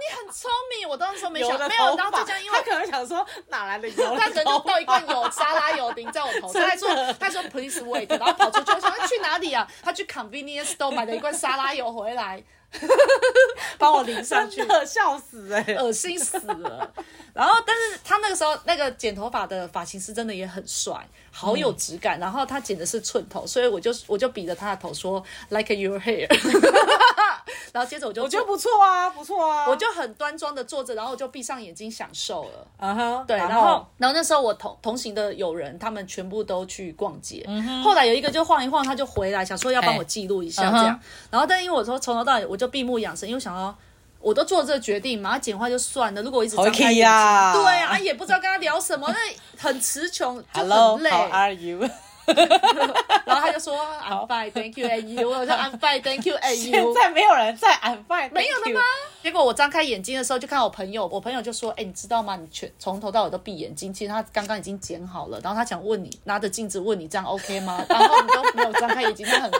Speaker 3: 你很聪明，我当时没
Speaker 1: 油
Speaker 3: 想
Speaker 1: 的
Speaker 3: 没
Speaker 1: 头
Speaker 3: 有，
Speaker 1: 发
Speaker 3: 然后就这样，因为
Speaker 1: 他。可能想说哪来的油的头发？
Speaker 3: 他可能就倒一罐油沙拉油淋在我头上，他还说他还说 please wait，然后跑出去，我想他去哪里啊？他去 convenience store 买了一罐沙拉油回来，帮我淋上去
Speaker 1: 真。的笑死哎、欸！
Speaker 3: 恶心死了。然后，但是他那个时候那个剪头发的发型师真的也很帅，好有质感。然后他剪的是寸头，所以我就我就比着他的头说 like your hair，然后接着我就
Speaker 1: 我觉得不错啊，不错啊，
Speaker 3: 我就很端庄的坐着，然后我就闭上眼睛享受了。
Speaker 1: 嗯哼，
Speaker 3: Uh-huh，对，然后然后那时候我同同行的友人，他们全部都去逛街。后来有一个就晃一晃，他就回来，想说要帮我记录一下
Speaker 1: 哎
Speaker 3: 这样。
Speaker 1: 嗯哼
Speaker 3: 然后，但因为我说从头到尾我就闭目养神，因为我想要我都做这个决定嘛，他简化就算了。如果我一直张开眼
Speaker 1: OK
Speaker 3: 睛，
Speaker 1: 呀
Speaker 3: 对啊，也不知道跟他聊什么，那很词穷，就
Speaker 1: Hello
Speaker 3: 很累。啊
Speaker 1: how are you？
Speaker 3: 然后 他就说 I'm fine, thank you and you。我说 I'm fine, thank you and
Speaker 1: 现
Speaker 3: you。
Speaker 1: 在没有人在 I'm fine，
Speaker 3: 没有了吗？结果我张开眼睛的时候，就看我朋友，我朋友就说：“哎、你知道吗？你全从头到尾都闭眼睛，其实他刚刚已经剪好了，然后他想问你，拿着镜子问你这样 OK 吗？ 然后你都没有张开眼睛，他很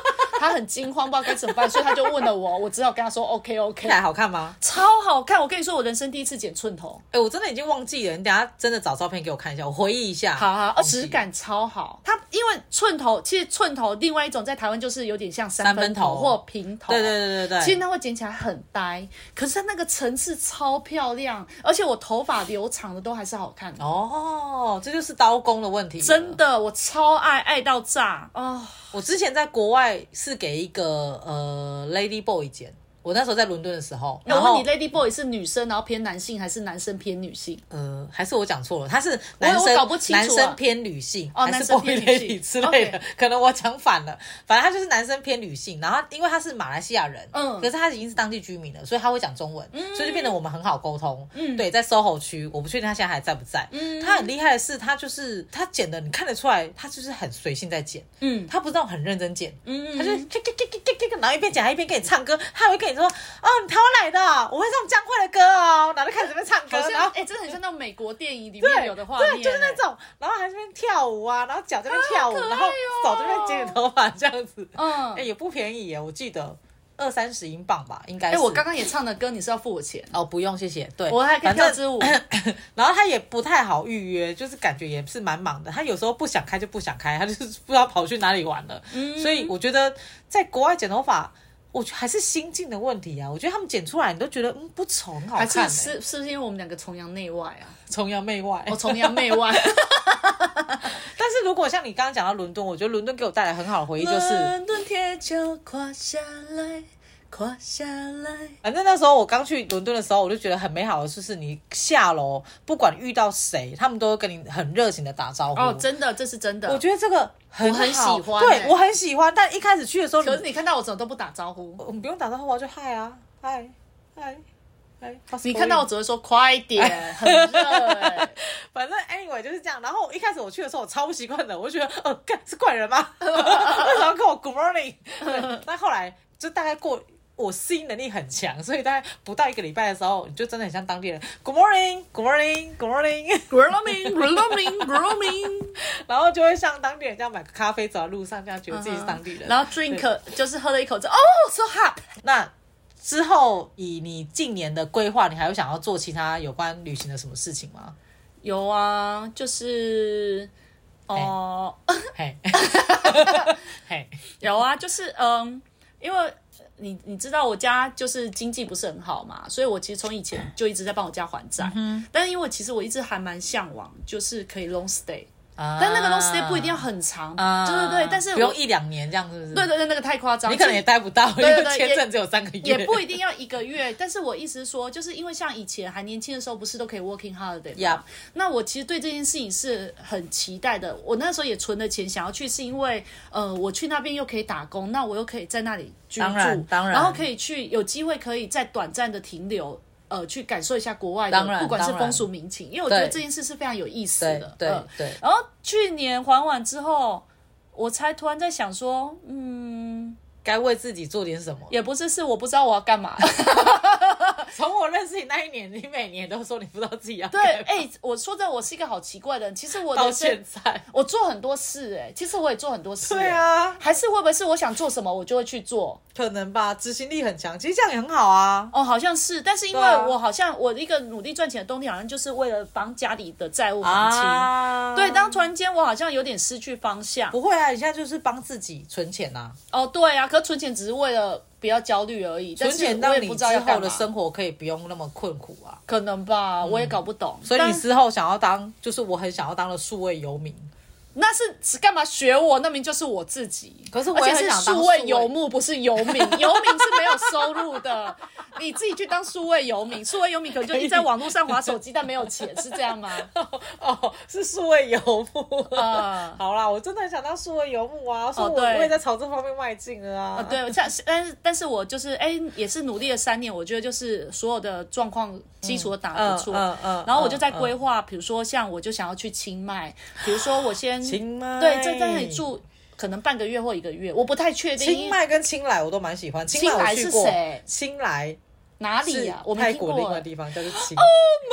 Speaker 3: 他很惊慌，不知道该怎么办，所以他就问了我，我只好跟他说 OK OK，
Speaker 1: 来好看吗？
Speaker 3: 超好看！我跟你说，我人生第一次剪寸头，
Speaker 1: 哎、我真的已经忘记了，你等一下真的找照片给我看一下，我回忆一下。
Speaker 3: 好好，
Speaker 1: 忘
Speaker 3: 哦，
Speaker 1: 记了
Speaker 3: 质感超好。它因为寸头，其实寸头另外一种在台湾就是有点像三
Speaker 1: 三分头
Speaker 3: 头或平头，
Speaker 1: 对对对对对，
Speaker 3: 其实它会剪起来很呆，可是它那个层次超漂亮，而且我头发留长的都还是好看的。
Speaker 1: 哦，这就是刀工的问题。
Speaker 3: 真，的，我超爱爱到炸哦！
Speaker 1: 我之前在国外是给一个呃 Lady Boy 剪，我那时候在伦敦的时候，
Speaker 3: 哦那
Speaker 1: 然
Speaker 3: 我问
Speaker 1: 后
Speaker 3: 你，Lady Boy 是女生，然后偏男性，还是男生偏女性？
Speaker 1: 呃，还是我讲错了，他是男
Speaker 3: 我
Speaker 1: 生，
Speaker 3: 搞不清楚啊
Speaker 1: 男生偏女性，
Speaker 3: 哦
Speaker 1: 还
Speaker 3: 男
Speaker 1: 是
Speaker 3: 生
Speaker 1: boy
Speaker 3: 偏女
Speaker 1: lady
Speaker 3: 性
Speaker 1: 之类的
Speaker 3: OK
Speaker 1: 可能我讲反了。反正他就是男生偏女性，然后因为他是马来西亚人，
Speaker 3: 嗯
Speaker 1: 可是他已经是当地居民了，所以他会讲中文，所以就变得我们很好沟通。
Speaker 3: 嗯
Speaker 1: 对，在 SOHO 区，我不确定他现在还在不在。
Speaker 3: 嗯
Speaker 1: 他很厉害的是，他就是他剪的，你看得出来，他就是很随性在剪，
Speaker 3: 嗯
Speaker 1: 他不是那种很认真剪。
Speaker 3: 嗯
Speaker 1: 他就这这这这这这，然后一边讲还一边跟你唱歌，他还会跟你说：“哦，你台湾来的哦，我会唱江蕙的歌哦。”然后就开始在那边唱歌
Speaker 3: 好，
Speaker 1: 然
Speaker 3: 像
Speaker 1: 后
Speaker 3: 哎、真的很像那种美国电影里
Speaker 1: 对
Speaker 3: 面有的画面、
Speaker 1: 哦
Speaker 3: 欸
Speaker 1: 对，就是那种，然后还在那边跳舞啊，然后脚这边跳舞，
Speaker 3: 可爱
Speaker 1: 然后手这边
Speaker 3: 哦
Speaker 1: 剪头发这样子，
Speaker 3: 嗯，
Speaker 1: 哎、
Speaker 3: 哎、
Speaker 1: 也不便宜耶，我记得二三十英镑吧，应该是。
Speaker 3: 哎我刚刚也唱的歌，你是要付我钱？
Speaker 1: 哦，不用，谢谢。对，
Speaker 3: 我还可以
Speaker 1: 反正
Speaker 3: 跳支舞欸
Speaker 1: 然后他也不太好预约，就是感觉也是蛮忙的。他有时候不想开就不想开，他就是不知道跑去哪里玩了。
Speaker 3: 嗯
Speaker 1: 所以我觉得在国外剪头发，我觉得还是心境的问题啊。我觉得他们剪出来，你都觉得嗯不丑，很好
Speaker 3: 还
Speaker 1: 看、欸，
Speaker 3: 是是是不是因为我们两个崇洋内外啊？
Speaker 1: 崇洋媚外。
Speaker 3: 我崇洋 媚外，
Speaker 1: 但是如果像你刚刚讲到伦敦，我觉得伦敦给我带来很好的回忆，就是
Speaker 3: 伦敦铁桥垮下来，垮下来。
Speaker 1: 反正那时候我刚去伦敦的时候，我就觉得很美好的，就是你下楼不管遇到谁，他们都会跟你很热情的打招呼。
Speaker 3: 哦，真的，这是真的。
Speaker 1: 我觉得这个很
Speaker 3: 我很
Speaker 1: 好
Speaker 3: 喜欢
Speaker 1: 对
Speaker 3: 欸
Speaker 1: 我很喜欢。但一开始去的时候，
Speaker 3: 可是你看到我怎么都不打招呼？
Speaker 1: 我们不用打招呼啊，就嗨啊，嗨，嗨，嗨。
Speaker 3: 你看到我，只会说快点，很热、欸。
Speaker 1: 反正 anyway 就是这样。然后一开始我去的时候，我超不习惯的，我就觉得，呃，干是怪人 吗？为什么要跟我 good morning？对但后来就大概过。我适应能力很强，所以大概不到一个礼拜的时候，你就真的很像当地人。Good morning, Good morning, Good morning，
Speaker 3: Grooming, grooming, grooming，
Speaker 1: 然后就会像当地人这样买个咖啡走在路上，这样觉得自己是当地人。
Speaker 3: 嗯然后 drink 就是喝了一口之后，哦，so hot。
Speaker 1: 那之后以你近年的规划，你还有想要做其他有关旅行的什么事情吗？
Speaker 3: 有啊，就是哦、
Speaker 1: 哎 嘿，嘿，
Speaker 3: 有啊，就是嗯，因为你你知道我家就是经济不是很好嘛，所以我其实从以前就一直在帮我家还债。
Speaker 1: 嗯
Speaker 3: 但是因为其实我一直还蛮向往，就是可以 long stay，但
Speaker 1: 但
Speaker 3: 那个 long stay 不一定要很长，
Speaker 1: 啊，
Speaker 3: 对对对。但是
Speaker 1: 不用
Speaker 3: 我
Speaker 1: 一两年这样，是不是？
Speaker 3: 对，对对，那个太夸张，
Speaker 1: 你可能也待不到，因
Speaker 3: 对对
Speaker 1: 为
Speaker 3: 对
Speaker 1: 签证只有三个月，
Speaker 3: 也不一定要一个月， 但是我意思是说，就是因为像以前还年轻的时候，不是都可以 working holiday 吗
Speaker 1: Yup
Speaker 3: 那我其实对这件事情是很期待的。我那时候也存了钱想要去，是因为呃，我去那边又可以打工，那我又可以在那里居住，
Speaker 1: 当然当然
Speaker 3: 后可以去有机会可以在短暂的停留。呃，去感受一下国外
Speaker 1: 当然
Speaker 3: 的，不管是
Speaker 1: 当然
Speaker 3: 风俗民情，因为我觉得
Speaker 1: 对
Speaker 3: 这件事是非常有意思
Speaker 1: 对
Speaker 3: 的。
Speaker 1: 对
Speaker 3: 呃
Speaker 1: 对，
Speaker 3: 然后去年还完之后，我才突然在想说，嗯，
Speaker 1: 该为自己做点什么。
Speaker 3: 也不是是我不知道我要干嘛，
Speaker 1: 从我认识你那一年，你每年都说你不知道自己要
Speaker 3: 对，
Speaker 1: 干嘛
Speaker 3: 哎、我说真的，我是一个好奇怪的人。其实我
Speaker 1: 到
Speaker 3: 的
Speaker 1: 现
Speaker 3: 是，
Speaker 1: 在，
Speaker 3: 我做很多事、哎，其实我也做很多 事、
Speaker 1: 对
Speaker 3: 哎，
Speaker 1: 啊，
Speaker 3: 还是会不会是我想做什么，我就会去做？
Speaker 1: 可能吧，执行力很强，其实这样也很好啊。
Speaker 3: 哦，好像是，但是因为
Speaker 1: 对啊
Speaker 3: 我好像我一个努力赚钱的动力，好像就是为了帮家里的债务还清。
Speaker 1: 啊，
Speaker 3: 对，当突然间我好像有点失去方向。
Speaker 1: 不会啊，你现在就是帮自己存钱呐、
Speaker 3: 哦，对啊，可存钱只是为了不要焦虑而已。
Speaker 1: 存
Speaker 3: 但是
Speaker 1: 钱
Speaker 3: 我
Speaker 1: 让
Speaker 3: 也
Speaker 1: 你
Speaker 3: 不
Speaker 1: 之
Speaker 3: 知道要
Speaker 1: 后
Speaker 3: 干
Speaker 1: 的
Speaker 3: 嘛，
Speaker 1: 生活可以不用那么困苦啊。
Speaker 3: 可能吧，我也搞不懂。
Speaker 1: 所以
Speaker 3: 但
Speaker 1: 你之后想要当，就是我很想要当的数位游民，
Speaker 3: 那是是干嘛学我？那明就是我自己。
Speaker 1: 可是我
Speaker 3: 而
Speaker 1: 也
Speaker 3: 且
Speaker 1: 很
Speaker 3: 是
Speaker 1: 想当
Speaker 3: 数
Speaker 1: 数
Speaker 3: 位
Speaker 1: 位
Speaker 3: 游牧，不是游 民。游民是没有收入的，你自己去当数位游民。数位游民可能就一直在网络上划手机，但没有钱，是这 样吗？
Speaker 1: 哦，是数位游牧。
Speaker 3: 啊、
Speaker 1: 好啦，我真的很想当数位游牧啊，所以我、
Speaker 3: 对
Speaker 1: 我也在朝这方面迈进了啊。
Speaker 3: 呃，对，像但是但是我就是哎、也是努力了三年，我觉得就是所有的状况基础都打得
Speaker 1: 嗯，
Speaker 3: 不错。
Speaker 1: 嗯嗯嗯。
Speaker 3: 然后我就在规
Speaker 1: 划，
Speaker 3: 划，比如说像我就想要去清迈，比如说我先
Speaker 1: 清迈，
Speaker 3: 对，就在那里，住可能半个月或一个月，我不太确定。
Speaker 1: 清迈跟清莱我都蛮喜欢，清
Speaker 3: 清
Speaker 1: 莱
Speaker 3: 莱
Speaker 1: 我去
Speaker 3: 是
Speaker 1: 过
Speaker 3: 谁，
Speaker 1: 清莱
Speaker 3: 哪
Speaker 1: 是
Speaker 3: 里呀、我没
Speaker 1: 泰
Speaker 3: 听
Speaker 1: 国
Speaker 3: 过。
Speaker 1: 另外地方叫做清，
Speaker 3: Oh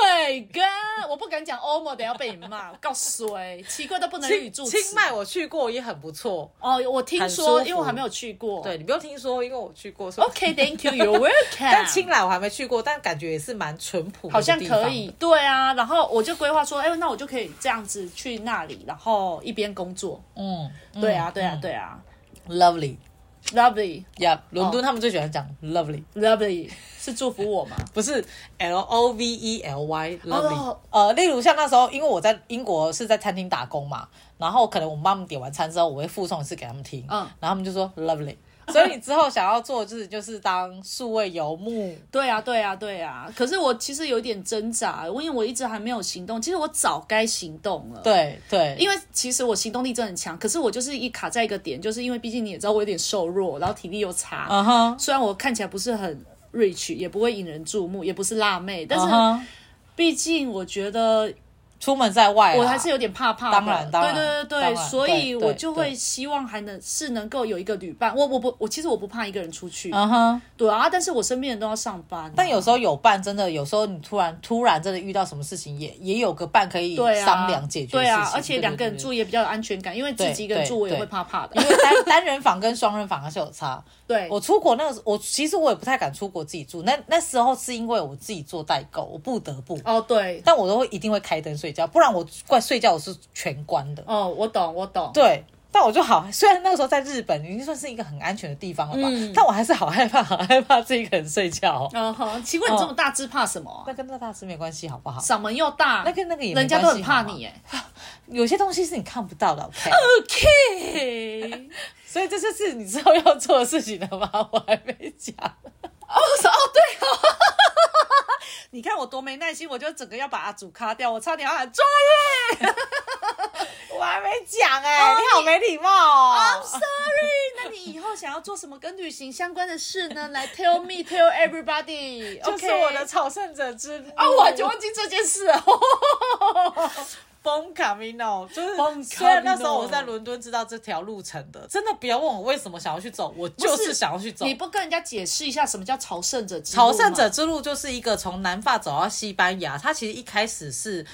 Speaker 3: my god！我不敢讲欧盟，等下被你骂， 我告诉哎，奇怪都不能语
Speaker 1: 清
Speaker 3: 助词。
Speaker 1: 清迈我去过也很不错，
Speaker 3: 哦，我听
Speaker 1: 很舒
Speaker 3: 说，
Speaker 1: 服
Speaker 3: 因为我还没有去过。
Speaker 1: 对你不用听说，因为我去过，所以。
Speaker 3: ，OK，Thank、y o u y o u r welcome。
Speaker 1: 但清莱我还没去过，但感觉也是蛮淳朴的
Speaker 3: 好像
Speaker 1: 地方
Speaker 3: 可以，对啊。然后我就规划说，哎、那我就可以这样子去那里，然后一边工作。
Speaker 1: 嗯，
Speaker 3: 对啊，对啊，对啊。
Speaker 1: ，lovely。
Speaker 3: Lovely，Lovely
Speaker 1: Yeah，伦敦他们最喜欢讲 lovely，
Speaker 3: 是祝福 我吗？
Speaker 1: 不是 L O V E L Y lovely。
Speaker 3: 哦
Speaker 1: 呃，例如像那时候，因为我在英国是在餐厅打工嘛，然后可能我妈妈点完餐之后，我会附送一次给他们听，
Speaker 3: 嗯
Speaker 1: 然后他们就说 lovely。所以你之后想要做的就是就是当数位游牧，
Speaker 3: 对啊，对啊，对啊。可是我其实有点挣扎，因为我一直还没有行动。其实我早该行动了。
Speaker 1: 对对，
Speaker 3: 哦因为其实我行动力真的很强，可是我就是一卡在一个点，就是因为毕竟你也知道我有点瘦弱，然后体力又差。
Speaker 1: 嗯哼，
Speaker 3: 虽然我看起来不是很 rich，也不会引人注目，也不是辣妹，但
Speaker 1: 嗯
Speaker 3: 是
Speaker 1: 哼，
Speaker 3: 毕竟我觉得
Speaker 1: 出门在外啊，
Speaker 3: 我还是有点怕怕
Speaker 1: 当
Speaker 3: 的。
Speaker 1: 然当然
Speaker 3: 对
Speaker 1: 当
Speaker 3: 对对
Speaker 1: 然
Speaker 3: 所以
Speaker 1: 对
Speaker 3: 我
Speaker 1: 对
Speaker 3: 就
Speaker 1: 对
Speaker 3: 会希望还能是能够有一个旅伴。我我不我其实我不怕一个人出去，
Speaker 1: 嗯哼。
Speaker 3: 对啊，但是我身边人都要上班啊、
Speaker 1: 但有时候有伴，真的有时候你突然突然真的遇到什么事情，也也有个伴可以
Speaker 3: 对啊
Speaker 1: 商量解决
Speaker 3: 对
Speaker 1: 事
Speaker 3: 啊，
Speaker 1: 情
Speaker 3: 而且两个人。
Speaker 1: 对对对
Speaker 3: 住也比较有安全感，因为自己一个人
Speaker 1: 对
Speaker 3: 住我也
Speaker 1: 对
Speaker 3: 会怕怕的。
Speaker 1: 因为单 单人房跟双人房还是有差。
Speaker 3: 对，
Speaker 1: 我出国那个时，我其实我也不太敢出国自己住。那那时候是因为我自己做代购，我不得不，
Speaker 3: 哦对，
Speaker 1: 但我都会一定会开灯睡觉，不然我关睡觉我是全关的。
Speaker 3: 哦我懂我懂。
Speaker 1: 对，但我就好，虽然那个时候在日本已经算是一个很安全的地方了吧，
Speaker 3: 嗯
Speaker 1: 但我还是好害怕，好害怕自己一个人睡觉哦、
Speaker 3: 嗯哼，奇怪，你这么大只怕什么啊、
Speaker 1: 那跟那大师没关系，好不好？
Speaker 3: 嗓门又大，
Speaker 1: 那跟那个也没
Speaker 3: 人家都
Speaker 1: 关
Speaker 3: 很
Speaker 1: 系
Speaker 3: 怕
Speaker 1: 好吗
Speaker 3: 你哎。
Speaker 1: 有些东西是你看不到的，OK。
Speaker 3: OK，
Speaker 1: 所以这就是你之后要做的事情了吗？ 我还没讲。
Speaker 3: 你看我多没耐心，我就整个要把阿祖卡掉，我差点 要喊抓人。
Speaker 1: 我还没讲哎、你好没礼貌哦
Speaker 3: I'm sorry，那你以后想要做什么跟旅行相关的事呢？来 tell me，tell everybody。
Speaker 1: 这是我的嗯朝圣者之路
Speaker 3: 啊，哦我就忘记这件事了。
Speaker 1: 崩卡米诺，就是
Speaker 3: Bon
Speaker 1: 虽然那时候
Speaker 3: Camino
Speaker 1: 我在伦敦知道这条路程的，真的不要问我为什么想要去走，我就
Speaker 3: 不是
Speaker 1: 是想要去走
Speaker 3: 你。不跟人家解释一下什么叫朝圣者之路吗
Speaker 1: 朝圣者之路就是一个从南法走到西班牙，它其实一开始是。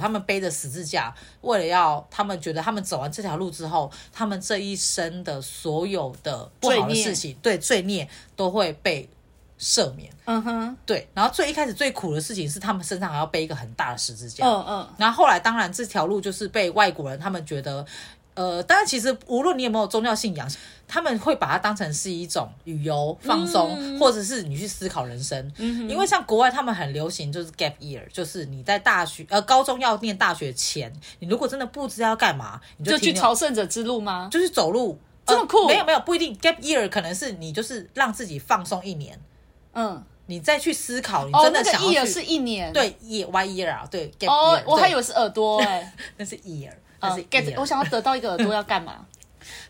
Speaker 1: 他们背着十字架，为了要他们觉得他们走完这条路之后，他们这一生的所有的不好
Speaker 3: 罪
Speaker 1: 的
Speaker 3: 孽
Speaker 1: 事情，对罪孽都会被赦免。
Speaker 3: 嗯哼，
Speaker 1: 对，然后最一开始最苦的事情是他们身上还要背一个很大的十字架。
Speaker 3: 嗯嗯，
Speaker 1: 然后后来，当然这条路就是被外国人他们觉得，呃，当然其实无论你有没有宗教信仰，他们会把它当成是一种旅游放松，
Speaker 3: 嗯
Speaker 1: 或者是你去思考人生。因为像国外他们很流行就是 gap year，就是你在大学呃高中要念大学前，你如果真的不知道要干嘛，你
Speaker 3: 就去
Speaker 1: 停留
Speaker 3: 朝圣者之路吗？
Speaker 1: 就是走路。呃
Speaker 3: 这么酷
Speaker 1: 没有没有不一定，gap year 可能是你就是让自己放松一年，
Speaker 3: 嗯，
Speaker 1: 你再去思考哦你
Speaker 3: 哦，
Speaker 1: 真
Speaker 3: 那
Speaker 1: 的
Speaker 3: 个
Speaker 1: 想要去。
Speaker 3: year 是一年，，
Speaker 1: 对 year y year 啊，对 gap year，
Speaker 3: 哦，我
Speaker 1: 对
Speaker 3: 还以为是耳朵哎。
Speaker 1: 那是 year，那
Speaker 3: 呃
Speaker 1: 是
Speaker 3: get，
Speaker 1: year
Speaker 3: 我想要得到一个耳朵要 干嘛？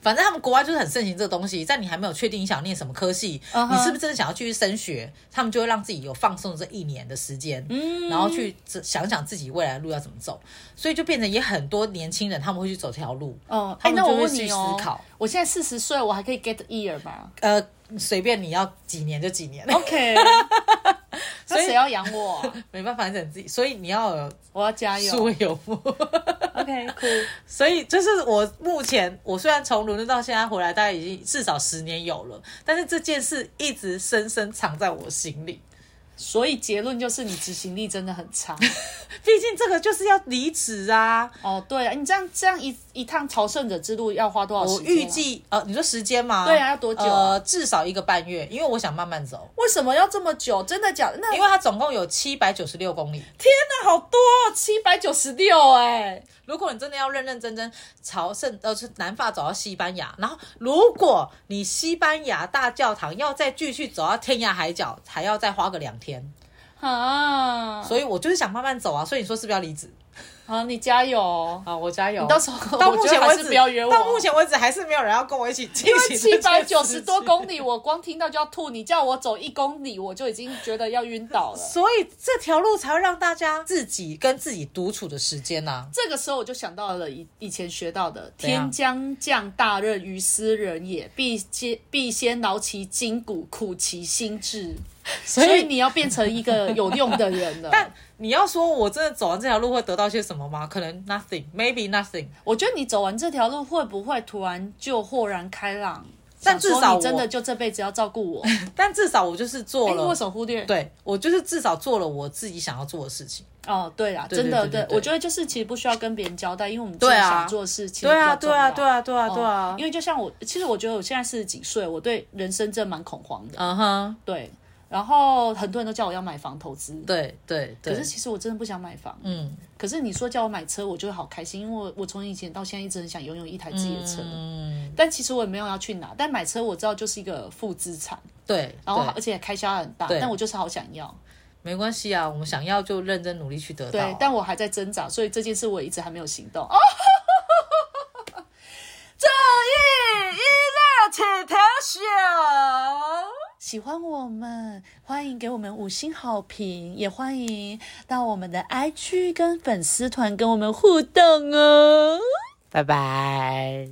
Speaker 1: 反正他们国外就是很盛行这个东西，在你还没有确定你想念什么科系
Speaker 3: 嗯哼
Speaker 1: 你是不是真的想要继续升学，他们就会让自己有放松这一年的时间，嗯，然后去自想想自己未来的路要怎么走，所以就变成也很多年轻人他们会去走这条路，
Speaker 3: 哦，
Speaker 1: 他
Speaker 3: 哎、
Speaker 1: 们
Speaker 3: 那
Speaker 1: 就
Speaker 3: 我
Speaker 1: 会
Speaker 3: 问
Speaker 1: 去
Speaker 3: 你
Speaker 1: 思
Speaker 3: 哦
Speaker 1: 考，，
Speaker 3: 我现在四十岁，我还可以 get ear 吗
Speaker 1: 呃，随便你要几年就几 年，
Speaker 3: ？OK，那谁要养我 啊、
Speaker 1: 没办法，你只能自己，所以你要有
Speaker 3: 我要加
Speaker 1: 素
Speaker 3: 油。
Speaker 1: 未有目。
Speaker 3: OK，酷、
Speaker 1: 所以就是我目前，我虽然从伦敦到现在回来，大概已经至少十年有了，但是这件事一直深深藏在我心里。
Speaker 3: 所以结论就是你执行力真的很 差。
Speaker 1: 毕竟这个就是要离职啊。
Speaker 3: 哦，对啊，你这样这样一一趟朝圣者之路要花多少哦时
Speaker 1: 我
Speaker 3: 间、啊
Speaker 1: 预，计呃，你说时间吗？
Speaker 3: 对啊要多久啊
Speaker 1: 呃，至少一个半月，因为我想慢慢走，
Speaker 3: 为什么要这么久？真的假的？那
Speaker 1: 因为它总共有七百九十六公里。
Speaker 3: 天哪，好多哦七百九十六哎！
Speaker 1: 如果你真的要认认真真朝圣，呃，是南法走到西班牙，然后如果你西班牙大教堂要再继续走到天涯海角，还要再花个两天。
Speaker 3: 啊，
Speaker 1: 所以我就是想慢慢走啊。所以你说是不是要离职？
Speaker 3: 啊，你加油哦！
Speaker 1: 好，我加油。
Speaker 3: 你到时候
Speaker 1: 到
Speaker 3: 我
Speaker 1: 目
Speaker 3: 觉得
Speaker 1: 前
Speaker 3: 还
Speaker 1: 为
Speaker 3: 是
Speaker 1: 止
Speaker 3: 不要约我
Speaker 1: 到目前为止还是没有人要跟我一起进
Speaker 3: 因为
Speaker 1: 行
Speaker 3: 七
Speaker 1: 这
Speaker 3: 百
Speaker 1: 件
Speaker 3: 九
Speaker 1: 事
Speaker 3: 十
Speaker 1: 情
Speaker 3: 多公里，我光听到就要吐。你叫我走一公里，我就已经觉得要晕 倒了。
Speaker 1: 所以这条路才会让大家自己跟自己独处的时间啊呐、
Speaker 3: 这个时候我就想到了以以前学到的“
Speaker 1: 怎样
Speaker 3: 天将降大任于斯人也，必先必先劳其筋骨，苦其心志”所。以你要变成一个有用的人 了。
Speaker 1: 但你要说我真的走完这条路会得到些什么吗？可能 nothing，maybe nothing。
Speaker 3: 我觉得你走完这条路，会不会突然就豁然开朗？
Speaker 1: 但
Speaker 3: 想说
Speaker 1: 至少
Speaker 3: 你真
Speaker 1: 我
Speaker 3: 的就这辈子要 照顾我。
Speaker 1: 但至少我就是做
Speaker 3: 哎，
Speaker 1: 了，
Speaker 3: 为什么忽略？
Speaker 1: 对我就是至少做了我自己想要做的事情。
Speaker 3: 哦，对啦，
Speaker 1: 对对
Speaker 3: 真的，
Speaker 1: 对对对
Speaker 3: 我觉得就是其实不需要跟别人交代，因为我们自己
Speaker 1: 对啊
Speaker 3: 想做的事情
Speaker 1: 对啊，
Speaker 3: 比较
Speaker 1: 对
Speaker 3: 重要
Speaker 1: 啊，对啊，对啊，对
Speaker 3: 哦
Speaker 1: 啊。
Speaker 3: 因为就像我，其实我觉得我现在四十几岁，我对人生真的蛮恐慌的。
Speaker 1: 嗯哼，
Speaker 3: 对，然后很多人都叫我要买房投资，
Speaker 1: 对对对。
Speaker 3: 可是其实我真的不想买房。
Speaker 1: 嗯
Speaker 3: 可是你说叫我买车，我就会好开心，因为我我从以前到现在一直很想拥有一台自己的车。
Speaker 1: 嗯，
Speaker 3: 但其实我也没有要去拿，但买车我知道就是一个负资产，
Speaker 1: 对。
Speaker 3: 然后
Speaker 1: 对
Speaker 3: 而且开销很大，
Speaker 1: 对
Speaker 3: 但我就是好想要，
Speaker 1: 没关系啊，我们想要就认真努力去得到啊、
Speaker 3: 对，但我还在挣扎，所以这件事我一直还没有行动。正义一六请投降。喜欢我们，欢迎给我们五星好评，也欢迎到我们的 IG 跟粉丝团跟我们互动哦。
Speaker 1: 拜拜。